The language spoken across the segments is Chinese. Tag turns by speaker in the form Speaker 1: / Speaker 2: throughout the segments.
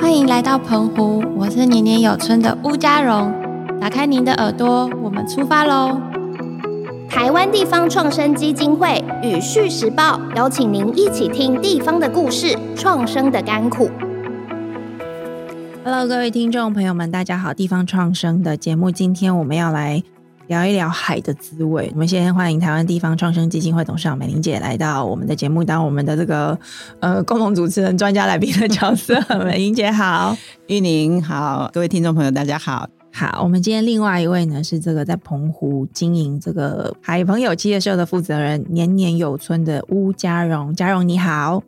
Speaker 1: 欢迎来到澎湖，我是年年有春的乌家荣。打开您的耳朵，我们出发喽！
Speaker 2: 台湾地方创生基金会与《续时报》邀请您一起听地方的故事，创生的甘苦。
Speaker 1: Hello，各位听众朋友们，大家好！地方创生的节目，今天我们要来聊一聊海的滋味。我们先欢迎台湾地方创生基金会董事长美玲姐来到我们的节目，当我们的这个呃共同主持人、专家来宾的角 色。美玲姐好，
Speaker 3: 玉宁好，各位听众朋友大家好。
Speaker 1: 好，我们今天另外一位呢是这个在澎湖经营这个海朋友企业社的负责人，年年有春的乌家荣。家荣你好，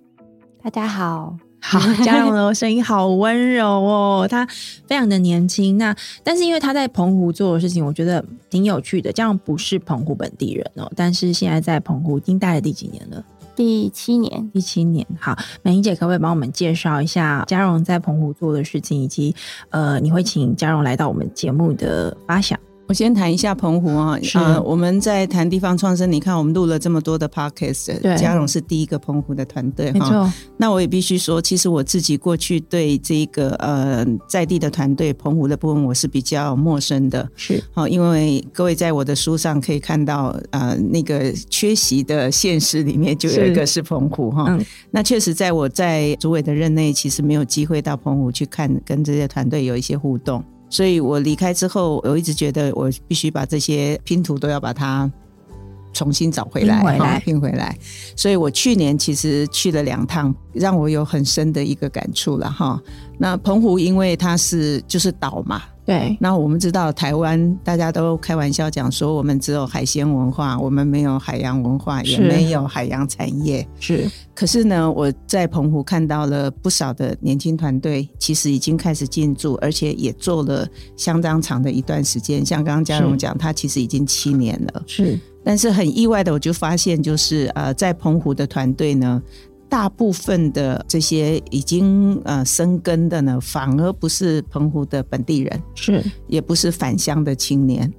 Speaker 4: 大家好，
Speaker 1: 好，嘉荣的声音好温柔哦，她非常的年轻。那但是因为她在澎湖做的事情，我觉得挺有趣的。这样不是澎湖本地人哦，但是现在在澎湖已经待了第几年了？
Speaker 4: 第七年，
Speaker 1: 第七年。好，美英姐可不可以帮我们介绍一下嘉荣在澎湖做的事情，以及呃，你会请嘉荣来到我们节目的发想？
Speaker 3: 我先谈一下澎湖啊、
Speaker 1: 是
Speaker 3: 呃，我们在谈地方创生，你看我们录了这么多的
Speaker 1: 对
Speaker 3: podcast，嘉荣是第一个澎湖的团队哈。，那我也必须说，其实我自己过去对这个呃在地的团队澎湖的部分，我是比较陌生的。
Speaker 1: 是
Speaker 3: 好，哦因为各位在我的书上可以看到，呃，那个缺席的现实里面就有一个是澎湖哈。
Speaker 1: 嗯
Speaker 3: 那确实，在我在主委的任内，其实没有机会到澎湖去看，跟这些团队有一些互动。所以我离开之后，我一直觉得我必须把这些拼图都要把它重新找回来，
Speaker 1: 拼回来
Speaker 3: 哈拼回来。所以我去年其实去了两趟，让我有很深的一个感触了哈。那澎湖因为它是就是岛嘛，
Speaker 1: 对，
Speaker 3: 那我们知道台湾大家都开玩笑讲说，我们只有海鲜文化，我们没有海洋文化，也
Speaker 1: 是
Speaker 3: 没有海洋产业。
Speaker 1: 是
Speaker 3: 可是呢，我在澎湖看到了不少的年轻团队，其实已经开始进驻，而且也做了相当长的一段时间。像刚刚嘉
Speaker 1: 是
Speaker 3: 荣讲，他其实已经七年了。
Speaker 1: 是，
Speaker 3: 但是很意外的，我就发现，就是呃，在澎湖的团队呢，大部分的这些已经呃生根的呢，反而不是澎湖的本地人。
Speaker 1: 是
Speaker 3: 也不是返乡的青年，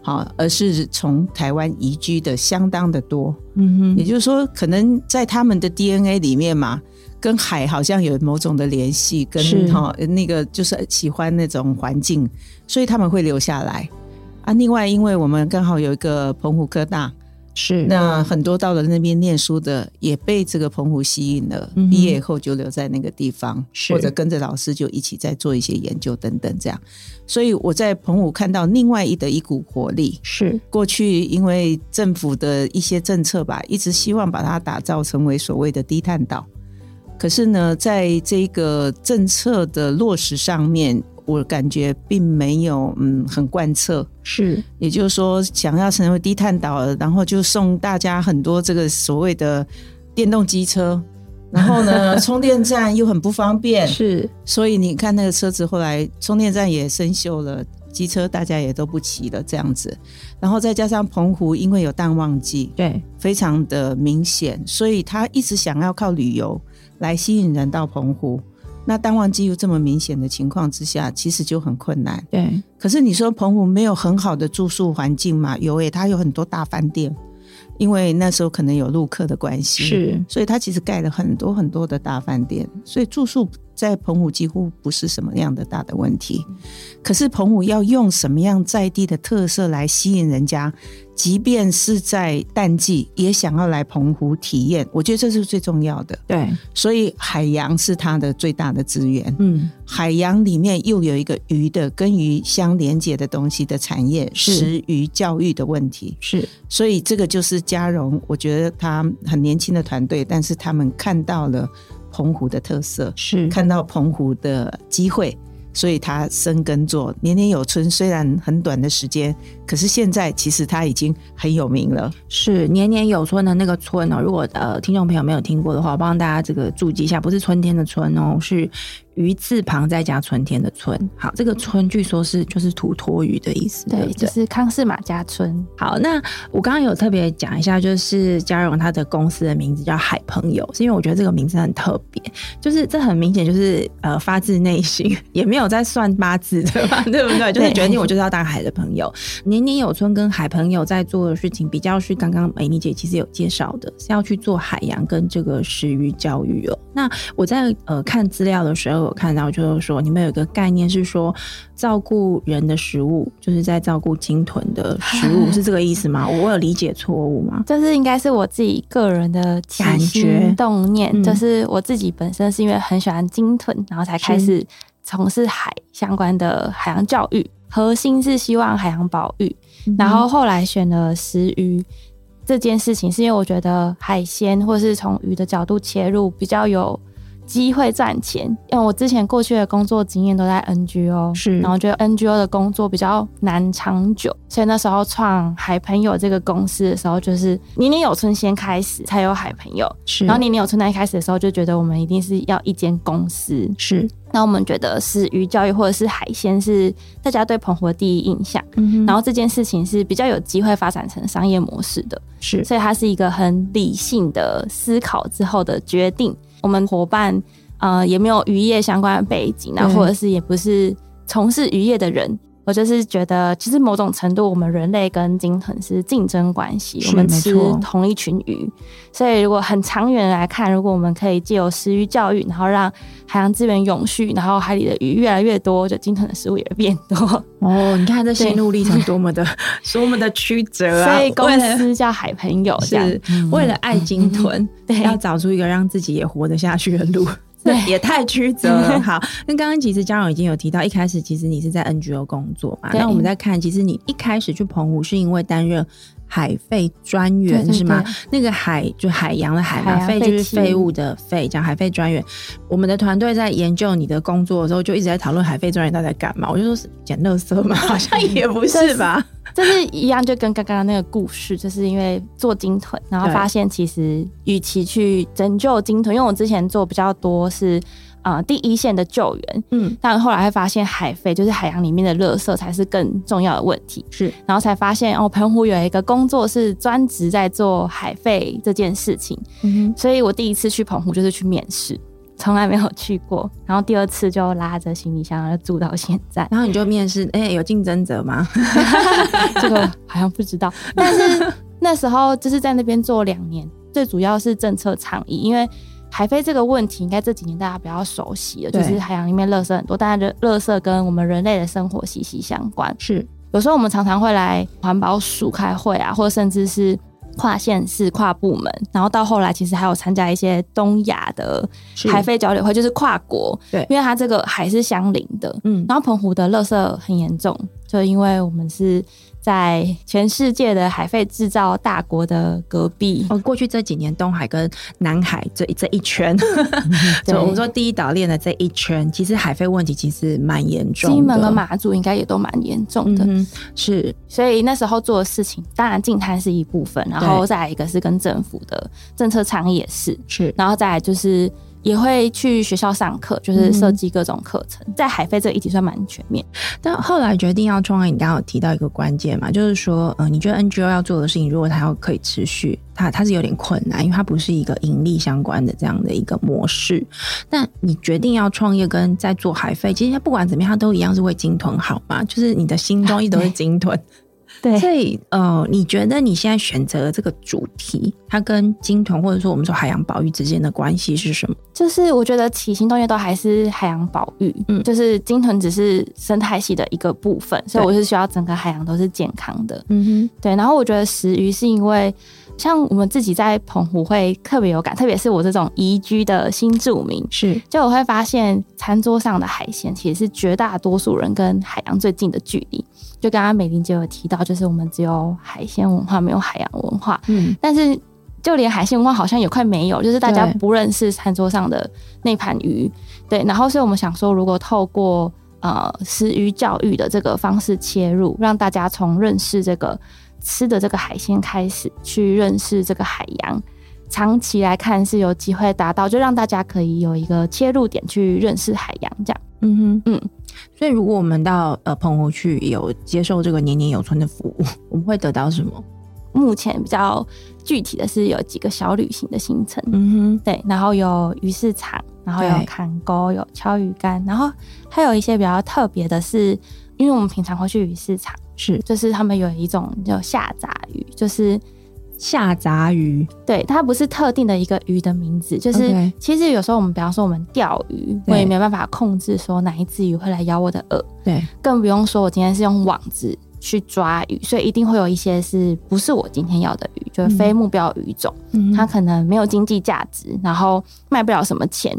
Speaker 3: 好，而是从台湾移居的相当的多。
Speaker 1: 嗯哼，
Speaker 3: 也就是说，可能在他们的 DNA 里面嘛，跟海好像有某种的联系，跟
Speaker 1: 是
Speaker 3: 哈、那个就是喜欢那种环境，所以他们会留下来。啊，另外，因为我们刚好有一个澎湖科大，
Speaker 1: 是
Speaker 3: 那很多到了那边念书的也被这个澎湖吸引了，
Speaker 1: 嗯哼
Speaker 3: 毕业后就留在那个地方，
Speaker 1: 是
Speaker 3: 或者跟着老师就一起在做一些研究等等这样。所以我在澎湖看到另外一的一股活力。
Speaker 1: 是
Speaker 3: 过去因为政府的一些政策吧，一直希望把它打造成为所谓的低碳岛。可是呢，在这个政策的落实上面，我感觉并没有嗯很贯彻。
Speaker 1: 是
Speaker 3: 也就是说，想要成为低碳岛，然后就送大家很多这个所谓的电动机车，然后呢，充电站又很不方便，
Speaker 1: 是
Speaker 3: 所以你看那个车子后来充电站也生锈了，机车大家也都不骑了这样子，然后再加上澎湖因为有淡旺季，
Speaker 1: 对
Speaker 3: 非常的明显，所以他一直想要靠旅游来吸引人到澎湖。那淡旺季又这么明显的情况之下，其实就很困难。
Speaker 1: 对
Speaker 3: 可是你说澎湖没有很好的住宿环境嘛？有诶、它有很多大饭店，因为那时候可能有陆客的关系，，
Speaker 1: 是
Speaker 3: 所以它其实盖了很多很多的大饭店，所以住宿在澎湖几乎不是什么样的大的问题。可是澎湖要用什么样在地的特色来吸引人家，即便是在淡季也想要来澎湖体验，我觉得这是最重要的。
Speaker 1: 对，
Speaker 3: 所以海洋是它的最大的资源，
Speaker 1: 嗯
Speaker 3: 海洋里面又有一个鱼的跟鱼相连接的东西的产业，
Speaker 1: 是
Speaker 3: 食鱼教育的问题。
Speaker 1: 是
Speaker 3: 所以这个就是嘉荣，我觉得他很年轻的团队，但是他们看到了澎湖的特色，
Speaker 1: 是
Speaker 3: 看到澎湖的机会，所以他生根做年年有春。虽然很短的时间，可是现在其实他已经很有名了。
Speaker 1: 是年年有春的那个春哦，如果呃听众朋友没有听过的话，我帮大家这个注记一下，不是春天的春哦，是鱼字旁再加春天的春。好，这个春据说是就是土托鱼的意思，对
Speaker 4: 对，
Speaker 1: 不
Speaker 4: 就
Speaker 1: 对？
Speaker 4: 是康士马家村，
Speaker 1: 好，那我刚刚有特别讲一下，就是嘉荣他的公司的名字叫海朋友，是因为我觉得这个名字很特别，就是这很明显就是呃发自内心， 也没有在算八字对 吧？ 对不对？就是决定我就是要当海的朋友。年年有春跟海朋友在做的事情，比较是刚刚美妮姐其实有介绍的，是要去做海洋跟这个食鱼教育哦。那我在呃看资料的时候，我看到就是说，你们有一个概念是说，照顾人的食物就是在照顾鲸豚的食物， 是这个意思吗？我有理解错误吗？
Speaker 4: 就是应该是我自己个人的起
Speaker 1: 感觉
Speaker 4: 心动念，
Speaker 1: 嗯
Speaker 4: 就是我自己本身是因为很喜欢鲸豚，然后才开始从事海相关的海洋教育，核心是希望海洋保育，
Speaker 1: 嗯
Speaker 4: 然后后来选了食鱼这件事情，是因为我觉得海鲜或是从鱼的角度切入比较有机会赚钱，因为我之前过去的工作经验都在 NGO，
Speaker 1: 是
Speaker 4: 然后觉得 NGO 的工作比较难长久，所以那时候创海朋友这个公司的时候，就是年年有春先开始才有海朋友，
Speaker 1: 嗯是，
Speaker 4: 然后年年有春那一开始的时候，就觉得我们一定是要一间公司，
Speaker 1: 是，
Speaker 4: 那我们觉得食鱼教育或者是海鲜是大家对澎湖的第一印象。
Speaker 1: 嗯
Speaker 4: 然
Speaker 1: 后
Speaker 4: 后这件事情是比较有机会发展成商业模式的，
Speaker 1: 是
Speaker 4: 所以它是一个很理性的思考之后的决定。我们伙伴呃也没有渔业相关的背景，然后
Speaker 1: 对
Speaker 4: 或者是也不是从事渔业的人。我就是觉得，其实某种程度，我们人类跟鲸豚是竞争关系，
Speaker 1: 是
Speaker 4: 我们
Speaker 1: 没
Speaker 4: 吃
Speaker 1: 错
Speaker 4: 同一群鱼，所以如果很长远来看，如果我们可以借由食鱼教育，然后让海洋资源永续，然后海里的鱼越来越多，就鲸豚的食物也会变多。
Speaker 1: 哦，你看这
Speaker 4: 对
Speaker 1: 心路历程多么 的多么的曲折啊！
Speaker 4: 所以公
Speaker 1: 为了
Speaker 4: 司叫海朋友这样。
Speaker 1: 是为了爱鲸豚，
Speaker 4: 对
Speaker 1: 嗯要找出一个让自己也活得下去的路。这
Speaker 4: 对嗯
Speaker 1: 也太曲折了。好，那刚刚其实嘉荣已经有提到，一开始其实你是在 NGO 工作嘛？
Speaker 4: 对
Speaker 1: 那我们在看，其实你一开始去澎湖是因为担任海废专员
Speaker 4: 对对
Speaker 1: 是吗
Speaker 4: 对？
Speaker 1: 那个海就海洋的海
Speaker 4: 海
Speaker 1: 嘛，
Speaker 4: 洋
Speaker 1: 废
Speaker 4: 废
Speaker 1: 就是
Speaker 4: 弃
Speaker 1: 废物的废，讲海废专员。我们的团队在研究你的工作的时候，就一直在讨论海废专员到底在干嘛。我就说是捡垃圾嘛，好像也不是 吧？
Speaker 4: 就是一样，就跟刚刚那个故事，就是因为做鲸豚，然后
Speaker 1: 对
Speaker 4: 发现其实与其去拯救鲸豚，因为我之前做比较多是呃第一线的救援，
Speaker 1: 嗯，
Speaker 4: 但后来会发现海废就是海洋里面的垃圾才是更重要的问题，
Speaker 1: 是
Speaker 4: 然后才发现哦，澎湖有一个工作是专职在做海废这件事情，
Speaker 1: 嗯
Speaker 4: 所以我第一次去澎湖就是去面试，从来没有去过，然后第二次就拉着行李箱然后就住到现在。
Speaker 1: 然后你就面试，哎、有竞争者吗？
Speaker 4: 这个好像不知道。但是那时候就是在那边做两年，最主要是政策倡议，因为海飞这个问题，应该这几年大家比较熟悉了，就
Speaker 1: 对
Speaker 4: 是海洋里面垃圾很多，但是垃圾跟我们人类的生活息息相关。
Speaker 1: 是
Speaker 4: 有时候我们常常会来环保署开会啊，或者甚至是。跨县市、跨部门，然后到后来，其实还有参加一些东亚的
Speaker 1: 是
Speaker 4: 海飞交流会，就是跨国，
Speaker 1: 对
Speaker 4: 因为它这个海是相邻的，
Speaker 1: 嗯，
Speaker 4: 然后澎湖的垃圾很严重，就因为我们是在全世界的海废制造大国的隔壁。
Speaker 1: 哦，过去这几年东海跟南海这这一圈，
Speaker 4: 嗯
Speaker 1: 就我们说第一岛链的这一圈，其实海废问题其实蛮严重的。
Speaker 4: 金门跟马祖应该也都蛮严重
Speaker 1: 嗯
Speaker 4: 的，
Speaker 1: 哼，是
Speaker 4: 所以那时候做的事情，当然净滩是一部分，然后再来一个是跟政府的政策倡议也是，
Speaker 1: 是
Speaker 4: 然后再来就是也会去学校上课，
Speaker 1: 嗯
Speaker 4: 就是设计各种课程，在海废这一题算蛮全面。
Speaker 1: 但后来决定要创业，你刚刚有提到一个关键嘛，就是说，呃，你觉得 NGO 要做的事情，如果它要可以持续，它它是有点困难，因为它不是一个盈利相关的这样的一个模式。但你决定要创业跟在做海费，其实它不管怎么样，它都一样是为鲸豚好嘛，就是你的心中一 直都是鲸豚。
Speaker 4: 对
Speaker 1: 所以呃，你觉得你现在选择的这个主题，它跟鲸豚或者说我们说海洋保育之间的关系是什么？
Speaker 4: 就是我觉得起心动念都还是海洋保育，
Speaker 1: 嗯
Speaker 4: 就是鲸豚只是生态系的一个部分，所以我是需要整个海洋都是健康的。
Speaker 1: 嗯
Speaker 4: 对，然后我觉得食鱼是因为像我们自己在澎湖会特别有感，特别是我这种移居的新住民
Speaker 1: 哼，，是
Speaker 4: 就我会发现餐桌上的海鲜其实是绝大多数人跟海洋最近的距离。就刚刚美玲姐有提到，就是我们只有海鲜文化，没有海洋文化。
Speaker 1: 嗯
Speaker 4: 但是就连海鲜文化好像也快没有，就是大家
Speaker 1: 对
Speaker 4: 不认识餐桌上的那盘鱼。对，然后所以我们想说，如果透过呃食鱼教育的这个方式切入，让大家从认识这个吃的这个海鲜开始，去认识这个海洋。长期来看是有机会达到，就让大家可以有一个切入点去认识海洋，这样。
Speaker 1: 嗯哼
Speaker 4: 嗯。
Speaker 1: 所以如果我们到呃澎湖去，有接受这个年年有春的服务，我们会得到什么？
Speaker 4: 目前比较具体的是有几个小旅行的行程，
Speaker 1: 嗯哼，
Speaker 4: 对，然后有鱼市场，然后有
Speaker 1: 对
Speaker 4: 砍钩，有敲鱼竿，然后还有一些比较特别的是，因为我们平常会去鱼市场，
Speaker 1: 是
Speaker 4: 就是他们有一种叫下杂鱼，就是
Speaker 1: 下杂鱼，
Speaker 4: 对，它不是特定的一个鱼的名字，就是
Speaker 1: OK
Speaker 4: 其实有时候我们，比方说我们钓鱼，我也
Speaker 1: 对
Speaker 4: 没有办法控制说哪一只鱼会来咬我的饵，
Speaker 1: 对，
Speaker 4: 更不用说我今天是用网子去抓鱼，所以一定会有一些是不是我今天要的鱼，就是非目标鱼种，
Speaker 1: 嗯
Speaker 4: 它可能没有经济价值，然后卖不了什么钱，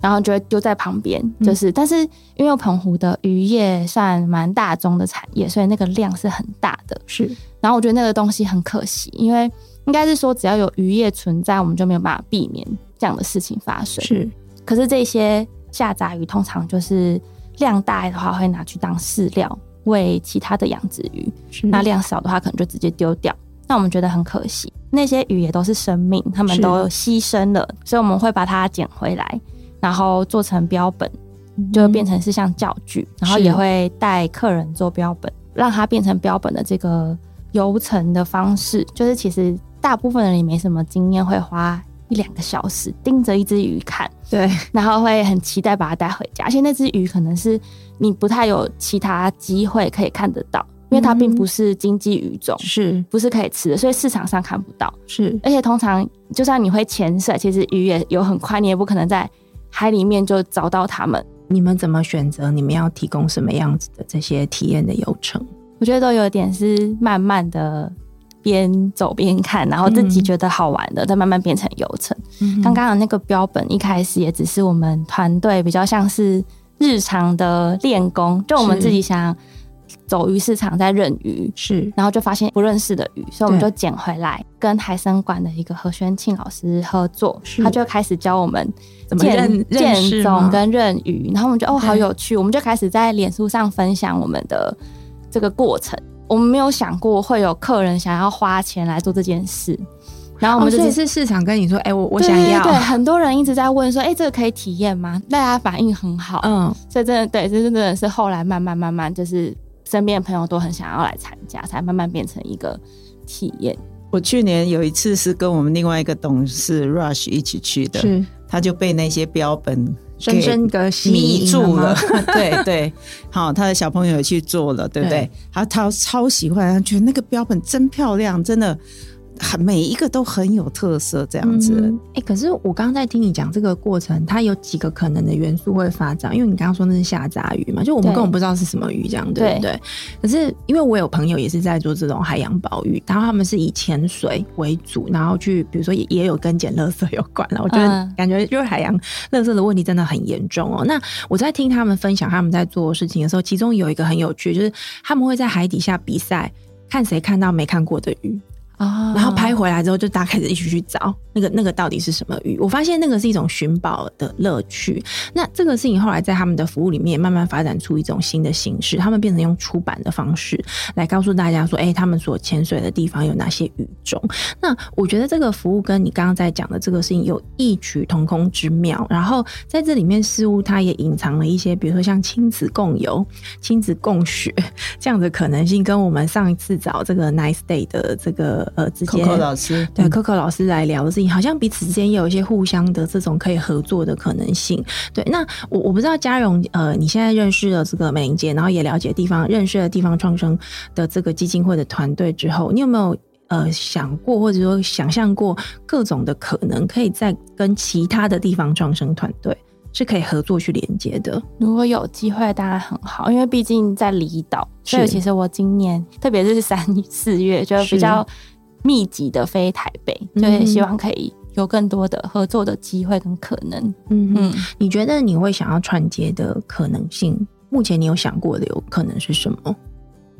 Speaker 4: 然后就会丢在旁边。
Speaker 1: 嗯
Speaker 4: 就是，但是因为澎湖的渔业算蛮大宗的产业，所以那个量是很大的。
Speaker 1: 是
Speaker 4: 然后我觉得那个东西很可惜，因为应该是说只要有渔业存在，我们就没有办法避免这样的事情发生。
Speaker 1: 是，
Speaker 4: 可是这些下杂鱼通常就是量大的话会拿去当饲料，喂其他的养殖鱼；
Speaker 1: 是
Speaker 4: 那量少的话，可能就直接丢掉。那我们觉得很可惜，那些鱼也都是生命，它们
Speaker 1: 是
Speaker 4: 都牺牲了，所以我们会把它捡回来，然后做成标本，
Speaker 1: 嗯
Speaker 4: 就会变成是像教具，然后
Speaker 1: 是
Speaker 4: 也会带客人做标本，让它变成标本的这个游程的方式，就是其实大部分人也没什么经验，会花一两个小时盯着一只鱼看。
Speaker 1: 对，
Speaker 4: 然后会很期待把它带回家。而且那只鱼可能是你不太有其他机会可以看得到，因为它并不是经济鱼种，
Speaker 1: 是
Speaker 4: 不是可以吃的，所以市场上看不到。
Speaker 1: 是
Speaker 4: 而且通常就算你会潜水，其实鱼也有很快，你也不可能在海里面就找到它们。
Speaker 1: 你们怎么选择？你们要提供什么样子的这些体验的流程？
Speaker 4: 我觉得都有点是慢慢的。边走边看，然后自己
Speaker 1: 嗯
Speaker 4: 觉得好玩的，再慢慢变成游程。刚刚的那个标本一开始也只是我们团队比较像是日常的练功，就我们
Speaker 1: 是
Speaker 4: 自己想走鱼市场在认鱼，
Speaker 1: 是
Speaker 4: 然后就发现不认识的鱼，所以我们
Speaker 1: 对
Speaker 4: 就捡回来，跟海参馆的一个何宣庆老师合作，
Speaker 1: 是
Speaker 4: 他就开始教我们
Speaker 1: 怎么认
Speaker 4: 见
Speaker 1: 认识
Speaker 4: 见种
Speaker 1: 吗
Speaker 4: 跟认鱼，然后我们就哦
Speaker 1: 对
Speaker 4: 好有趣，我们就开始在脸书上分享我们的这个过程。我们没有想过会有客人想要花钱来做这件事，然后我
Speaker 1: 哦，
Speaker 4: 们就
Speaker 1: 所以
Speaker 4: 只
Speaker 1: 是市场跟你说，哎、我我
Speaker 4: 对
Speaker 1: 想要，
Speaker 4: 对对，很多人一直在问说，哎、这个可以体验吗？大家反应很好，
Speaker 1: 嗯，
Speaker 4: 所以真的对，这真的是后来慢慢慢慢，就是身边的朋友都很想要来参加，才慢慢变成一个体验。
Speaker 3: 我去年有一次是跟我们另外一个董事 Rush 一起去的，
Speaker 1: 是
Speaker 3: 他就被那些标本
Speaker 1: 深深
Speaker 3: 给
Speaker 1: 的吸
Speaker 3: 迷
Speaker 1: 引
Speaker 3: 住
Speaker 1: 了
Speaker 3: 了。
Speaker 1: 吗，
Speaker 3: 对对，好，他的小朋友也去做了，对不对
Speaker 1: 对？
Speaker 3: 他他超喜欢，他觉得那个标本真漂亮，真的很每一个都很有特色，这样子。
Speaker 1: 嗯哎、可是我刚刚在听你讲这个过程，它有几个可能的元素会发展，因为你刚刚说那是下杂鱼嘛，就我们
Speaker 4: 对
Speaker 1: 根本不知道是什么鱼，这样对不对？可是因为我有朋友也是在做这种海洋保育，然后他们是以潜水为主，然后去比如说也也有跟捡垃圾有关了，我觉得
Speaker 4: 嗯
Speaker 1: 感觉就是海洋垃圾的问题真的很严重哦。那我在听他们分享他们在做事情的时候，其中有一个很有趣，就是他们会在海底下比赛。看谁看到没看过的鱼，
Speaker 4: 啊
Speaker 1: 然后拍回来之后，就大家开始一起去找那个那个到底是什么鱼。我发现那个是一种寻宝的乐趣。那这个事情后来在他们的服务里面也慢慢发展出一种新的形式，他们变成用出版的方式来告诉大家说，哎、他们所潜水的地方有哪些鱼种。那我觉得这个服务跟你刚刚在讲的这个事情有异曲同工之妙。然后在这里面，似乎它也隐藏了一些，比如说像亲子共游、亲子共学这样的可能性，跟我们上一次找这个 Nice Day 的这个呃直接
Speaker 3: Coco 老师，
Speaker 1: 对
Speaker 3: 嗯
Speaker 1: Coco 老师来聊的事情，好像彼此之间也有一些互相的这种可以合作的可能性。对，那我我不知道嘉荣，呃，你现在认识了这个美玲姐，然后也了解地方认识了地方创生的这个基金会的团队之后，你有没有呃想过，或者说想象过各种的可能，可以再跟其他的地方创生团队是可以合作去连接的？
Speaker 4: 如果有机会，当然很好，因为毕竟在离岛，
Speaker 1: 是
Speaker 4: 所以其实我今年特别是三四月，就比较密集的飞台北，
Speaker 1: 嗯
Speaker 4: 就是希望可以有更多的合作的机会跟可能。
Speaker 1: 嗯
Speaker 4: 嗯
Speaker 1: 嗯，，你觉得你会想要串接的可能性，目前你有想过的有可能是什么？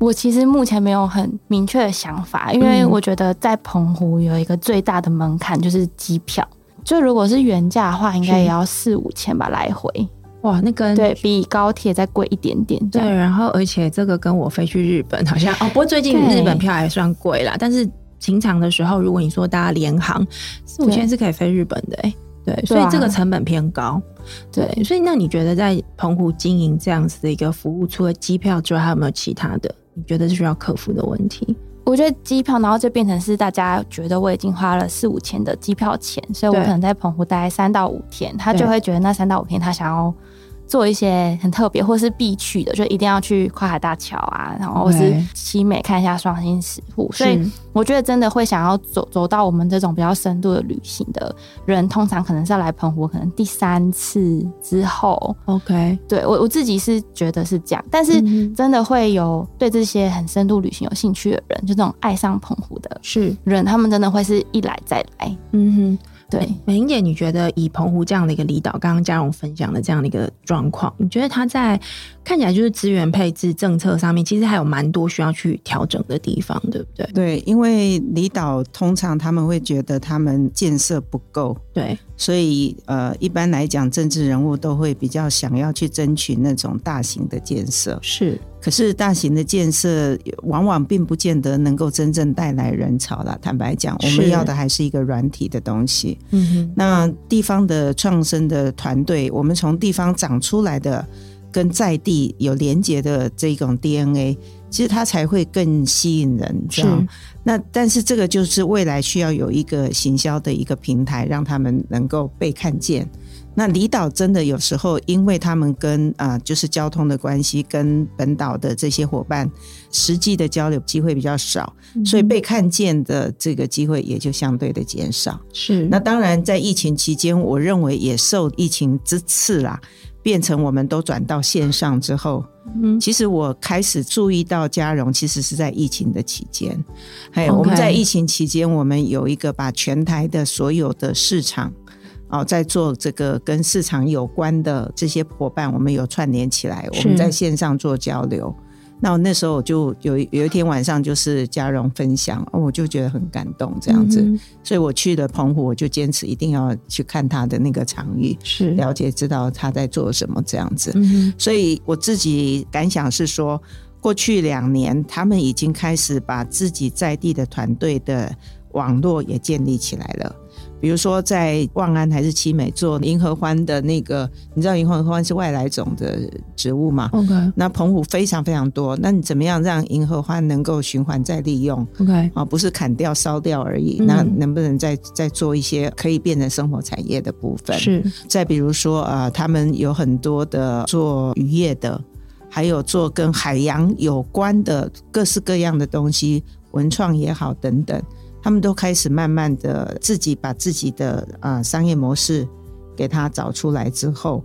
Speaker 4: 我其实目前没有很明确的想法，因为
Speaker 1: 嗯
Speaker 4: 我觉得在澎湖有一个最大的门槛就是机票，就如果是原价的话，应该
Speaker 1: 是
Speaker 4: 也要四五千吧来回，
Speaker 1: 哇，那跟
Speaker 4: 对比高铁再贵一点点这
Speaker 1: 对，
Speaker 4: 样。
Speaker 1: 然后而且这个跟我飞去日本好像 哦，不过最近
Speaker 4: 对
Speaker 1: 日本票还算贵啦，但是平常的时候，如果你说搭联航，四五
Speaker 4: 对
Speaker 1: 千是可以飞日本的、欸，对，所
Speaker 4: 对啊
Speaker 1: 以这个成本偏高。
Speaker 4: 对
Speaker 1: 对，所以那你觉得在澎湖经营这样子的一个服务，除了机票之外，还有没有其他的你觉得是需要克服的问题？
Speaker 4: 我觉得机票，然后就变成是大家觉得我已经花了四五千的机票钱，所以我
Speaker 1: 对
Speaker 4: 可能在澎湖待三到五天，他
Speaker 1: 对
Speaker 4: 就会觉得那三到五天他想要做一些很特别或是必去的，就一定要去跨海大桥啊，然后或是
Speaker 1: OK
Speaker 4: 西美看一下双星石湖。所以
Speaker 1: 是
Speaker 4: 我觉得真的会想要走走到我们这种比较深度的旅行的人，通常可能是要来澎湖，可能第三次之后，
Speaker 1: OK，
Speaker 4: 对我我自己是觉得是这样，但是
Speaker 1: 嗯哼
Speaker 4: 真的会有对这些很深度旅行有兴趣的人，就这种爱上澎湖的
Speaker 1: 是，
Speaker 4: 人，他们真的会是一来再来。
Speaker 1: 嗯哼。
Speaker 4: 对，
Speaker 1: 美英姐，你觉得以澎湖这样的一个离岛，刚刚嘉荣分享的这样的一个状况，你觉得它在看起来就是资源配置政策上面，其实还有蛮多需要去调整的地方，对不对？
Speaker 3: 对，因为离岛通常他们会觉得他们建设不够，
Speaker 1: 对，
Speaker 3: 所以呃，一般来讲，政治人物都会比较想要去争取那种大型的建设。
Speaker 1: 是
Speaker 3: 可是大型的建设往往并不见得能够真正带来人潮啦。坦白讲，我
Speaker 1: 是
Speaker 3: 们要的还是一个软体的东西。
Speaker 1: 嗯哼，
Speaker 3: 那地方的创生的团队，我们从地方长出来的，跟在地有连结的这种 DNA，其实它才会更吸引人。这样
Speaker 1: 是，
Speaker 3: 那但是这个就是未来需要有一个行销的一个平台，让他们能够被看见。那离岛真的有时候，因为他们跟啊、呃就是交通的关系，跟本岛的这些伙伴实际的交流机会比较少，
Speaker 1: 嗯
Speaker 3: 所以被看见的这个机会也就相对的减少。
Speaker 1: 是
Speaker 3: 那当然，在疫情期间，我认为也受疫情之刺啦，变成我们都转到线上之后，
Speaker 1: 嗯
Speaker 3: 其实我开始注意到嘉荣，其实是在疫情的期间。哎
Speaker 1: OK
Speaker 3: 我们在疫情期间，我们有一个把全台的所有的市场。哦，在做这个跟市场有关的这些伙伴，我们有串联起来，我
Speaker 1: 是
Speaker 3: 们在线上做交流。那我那时候我就有一有一天晚上，就是嘉荣分享、哦，我就觉得很感动，这样子。
Speaker 1: 嗯哼
Speaker 3: 所以我去了澎湖，我就坚持一定要去看他的那个场域，
Speaker 1: 是
Speaker 3: 了解知道他在做什么这样子。
Speaker 1: 嗯哼，
Speaker 3: 所以我自己感想是说，过去两年他们已经开始把自己在地的团队的网络也建立起来了。比如说，在望安还是七美做银河欢的那个，你知道银河欢是外来种的植物嘛？
Speaker 1: OK
Speaker 3: 那澎湖非常非常多，那你怎么样让银河欢能够循环再利用？
Speaker 1: OK，
Speaker 3: 啊，不是砍掉、烧掉而已。
Speaker 1: 嗯
Speaker 3: 那能不能再再做一些可以变成生活产业的部分？。
Speaker 1: 是
Speaker 3: 再比如说，呃，他们有很多的做渔业的，还有做跟海洋有关的各式各样的东西，文创也好等等，他们都开始慢慢的自己把自己的呃商业模式给它找出来之后，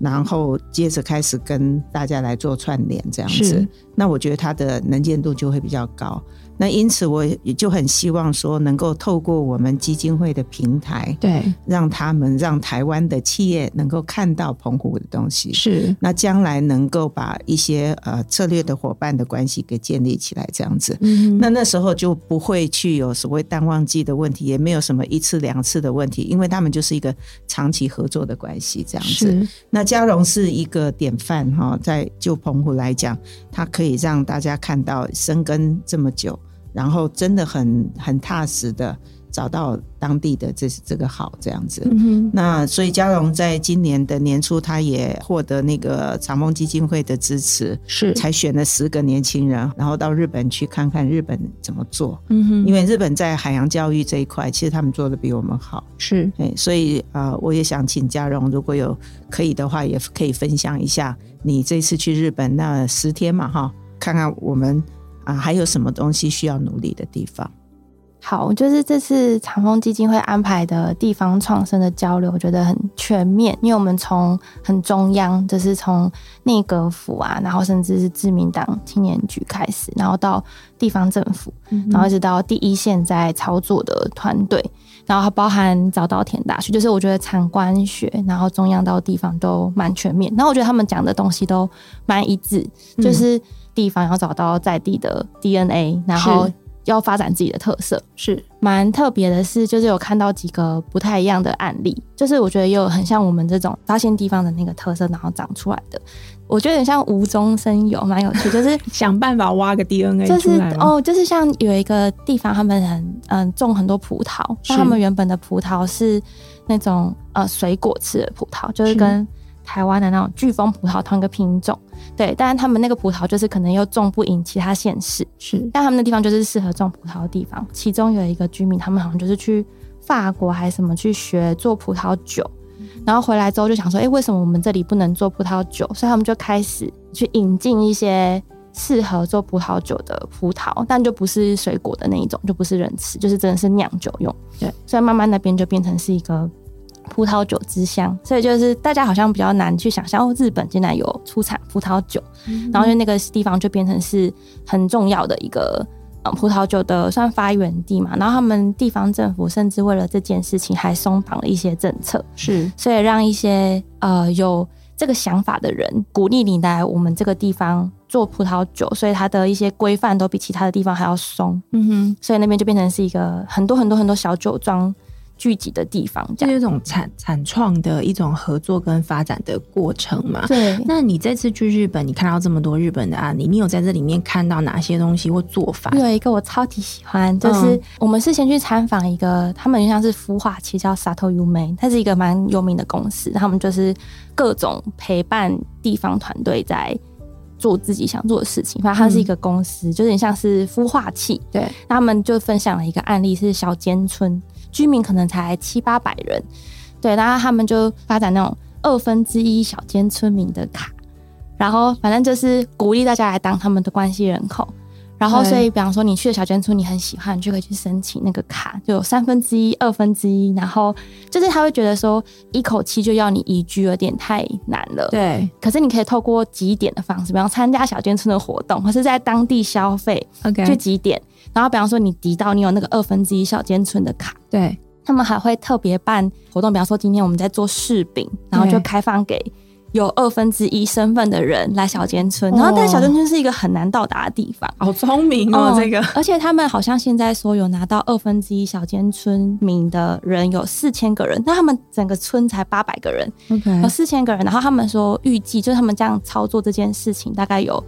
Speaker 3: 然后接着开始跟大家来做串联这样子
Speaker 1: 是。
Speaker 3: 那我觉得它的能见度就会比较高。那因此，我也就很希望说，能够透过我们基金会的平台，
Speaker 1: 对
Speaker 3: 让他们让台湾的企业能够看到澎湖的东西，
Speaker 1: 是
Speaker 3: 那将来能够把一些呃策略的伙伴的关系给建立起来，这样子。
Speaker 1: 嗯哼
Speaker 3: 那那时候就不会去有所谓淡旺季的问题，也没有什么一次两次的问题，因为他们就是一个长期合作的关系这样子。
Speaker 1: 是
Speaker 3: 那嘉荣是一个典范哈、在就澎湖来讲，它可以让大家看到生根这么久，然后真的很很踏实的找到当地的这这个好这样子。
Speaker 1: 嗯哼
Speaker 3: 那所以嘉荣在今年的年初，他也获得那个长梦基金会的支持，
Speaker 1: 是
Speaker 3: 才选了十个年轻人，然后到日本去看看日本怎么做。
Speaker 1: 嗯哼
Speaker 3: 因为日本在海洋教育这一块，其实他们做的比我们好，
Speaker 1: 是
Speaker 3: 哎，所以啊、呃我也想请嘉荣，如果有可以的话，也可以分享一下你这次去日本那十天嘛，哈，看看我们啊、还有什么东西需要努力的地方。
Speaker 4: 好，就是这次长风基金会安排的地方创生的交流，我觉得很全面，因为我们从很中央，就是从内阁府啊，然后甚至是自民党青年局开始，然后到地方政府，然后一直到第一线在操作的团队，然后还包含早稻田大学，就是我觉得产官学，然后中央到地方都蛮全面。然后我觉得他们讲的东西都蛮一致，就是地方要找到在地的 DNA，然后
Speaker 1: 是
Speaker 4: 要发展自己的特色。
Speaker 1: 是
Speaker 4: 蛮特别的是，就是有看到几个不太一样的案例，就是我觉得也有很像我们这种发现地方的那个特色，然后长出来的，我觉得很像无中生有，蛮有 趣，就是。
Speaker 1: 想办法挖个 DNA
Speaker 4: 就是
Speaker 1: 出来吗
Speaker 4: 哦，就是像有一个地方，他们很嗯种很多葡萄，
Speaker 1: 是
Speaker 4: 那他们原本的葡萄是那种呃水果吃的葡萄，就是
Speaker 1: 是
Speaker 4: 跟台湾的那种巨峰葡萄同一个品种，对，但是他们那个葡萄就是可能又种不赢其他县市，
Speaker 1: 是
Speaker 4: 但他们的地方就是适合种葡萄的地方。其中有一个居民，他们好像就是去法国还是什么去学做葡萄酒，然后回来之后就想说，哎、为什么我们这里不能做葡萄酒？所以他们就开始去引进一些适合做葡萄酒的葡萄，但就不是水果的那一种，就不是人吃，就是真的是酿酒用。
Speaker 1: 对，
Speaker 4: 所以慢慢那边就变成是一个葡萄酒之乡，所以就是大家好像比较难去想象，哦，日本竟然有出产葡萄酒，然后就那个地方就变成是很重要的一个。嗯，葡萄酒的算发源地嘛，然后他们地方政府甚至为了这件事情还松绑了一些政策，
Speaker 3: 是
Speaker 4: 所以让一些呃有这个想法的人鼓励你来我们这个地方做葡萄酒，所以它的一些规范都比其他的地方还要松，
Speaker 1: 嗯哼，
Speaker 4: 所以那边就变成是一个很多很多很多小酒庄聚集的地方，这
Speaker 1: 这
Speaker 4: 样
Speaker 1: 是一种产产创的一种合作跟发展的过程嘛。
Speaker 4: 对。
Speaker 1: 那你这次去日本，你看到这么多日本的案例，你有在这里面看到哪些东西或做法？
Speaker 4: 有一个我超级喜欢，就是
Speaker 1: 嗯
Speaker 4: 我们是先去参访一个，他们就像是孵化器叫 Sato y u m e 它是一个蛮有名的公司，他们就是各种陪伴地方团队在做自己想做的事情。反正它是一个公司，就有点像是孵化器。
Speaker 1: 对，
Speaker 4: 那他们就分享了一个案例，是小间村居民可能才七八百人，对，然后他们就发展那种二分之一小间村民的卡，然后反正就是鼓励大家来当他们的关系人口。然后，
Speaker 1: 对
Speaker 4: 所以，比方说你去的小间村，你很喜欢，你就可以去申请那个卡，就有三分之一、二分之一。然后，就是他会觉得说，一口气就要你移居，有点太难了。
Speaker 1: 对
Speaker 4: 可是你可以透过集点的方式，比方参加小间村的活动，或是在当地消费，
Speaker 1: ，OK，
Speaker 4: 就几点，然后比方说你抵到你有那个二分之一小间村的卡，
Speaker 1: 对，
Speaker 4: 他们还会特别办活动，比方说今天我们在做柿饼，然后就
Speaker 1: 对
Speaker 4: 开放给有二分之一身份的人来小间村，
Speaker 1: 哦
Speaker 4: 然后但小间村是一个很难到达的地方。嗯
Speaker 1: 好聪明哦，这个
Speaker 4: 而且他们好像现在说有拿到二分之一小间村民的人有四千个人，那他们整个村才八百个人，
Speaker 1: OK，
Speaker 4: 有四千个人，然后他们说预计就是他们这样操作这件事情，大概有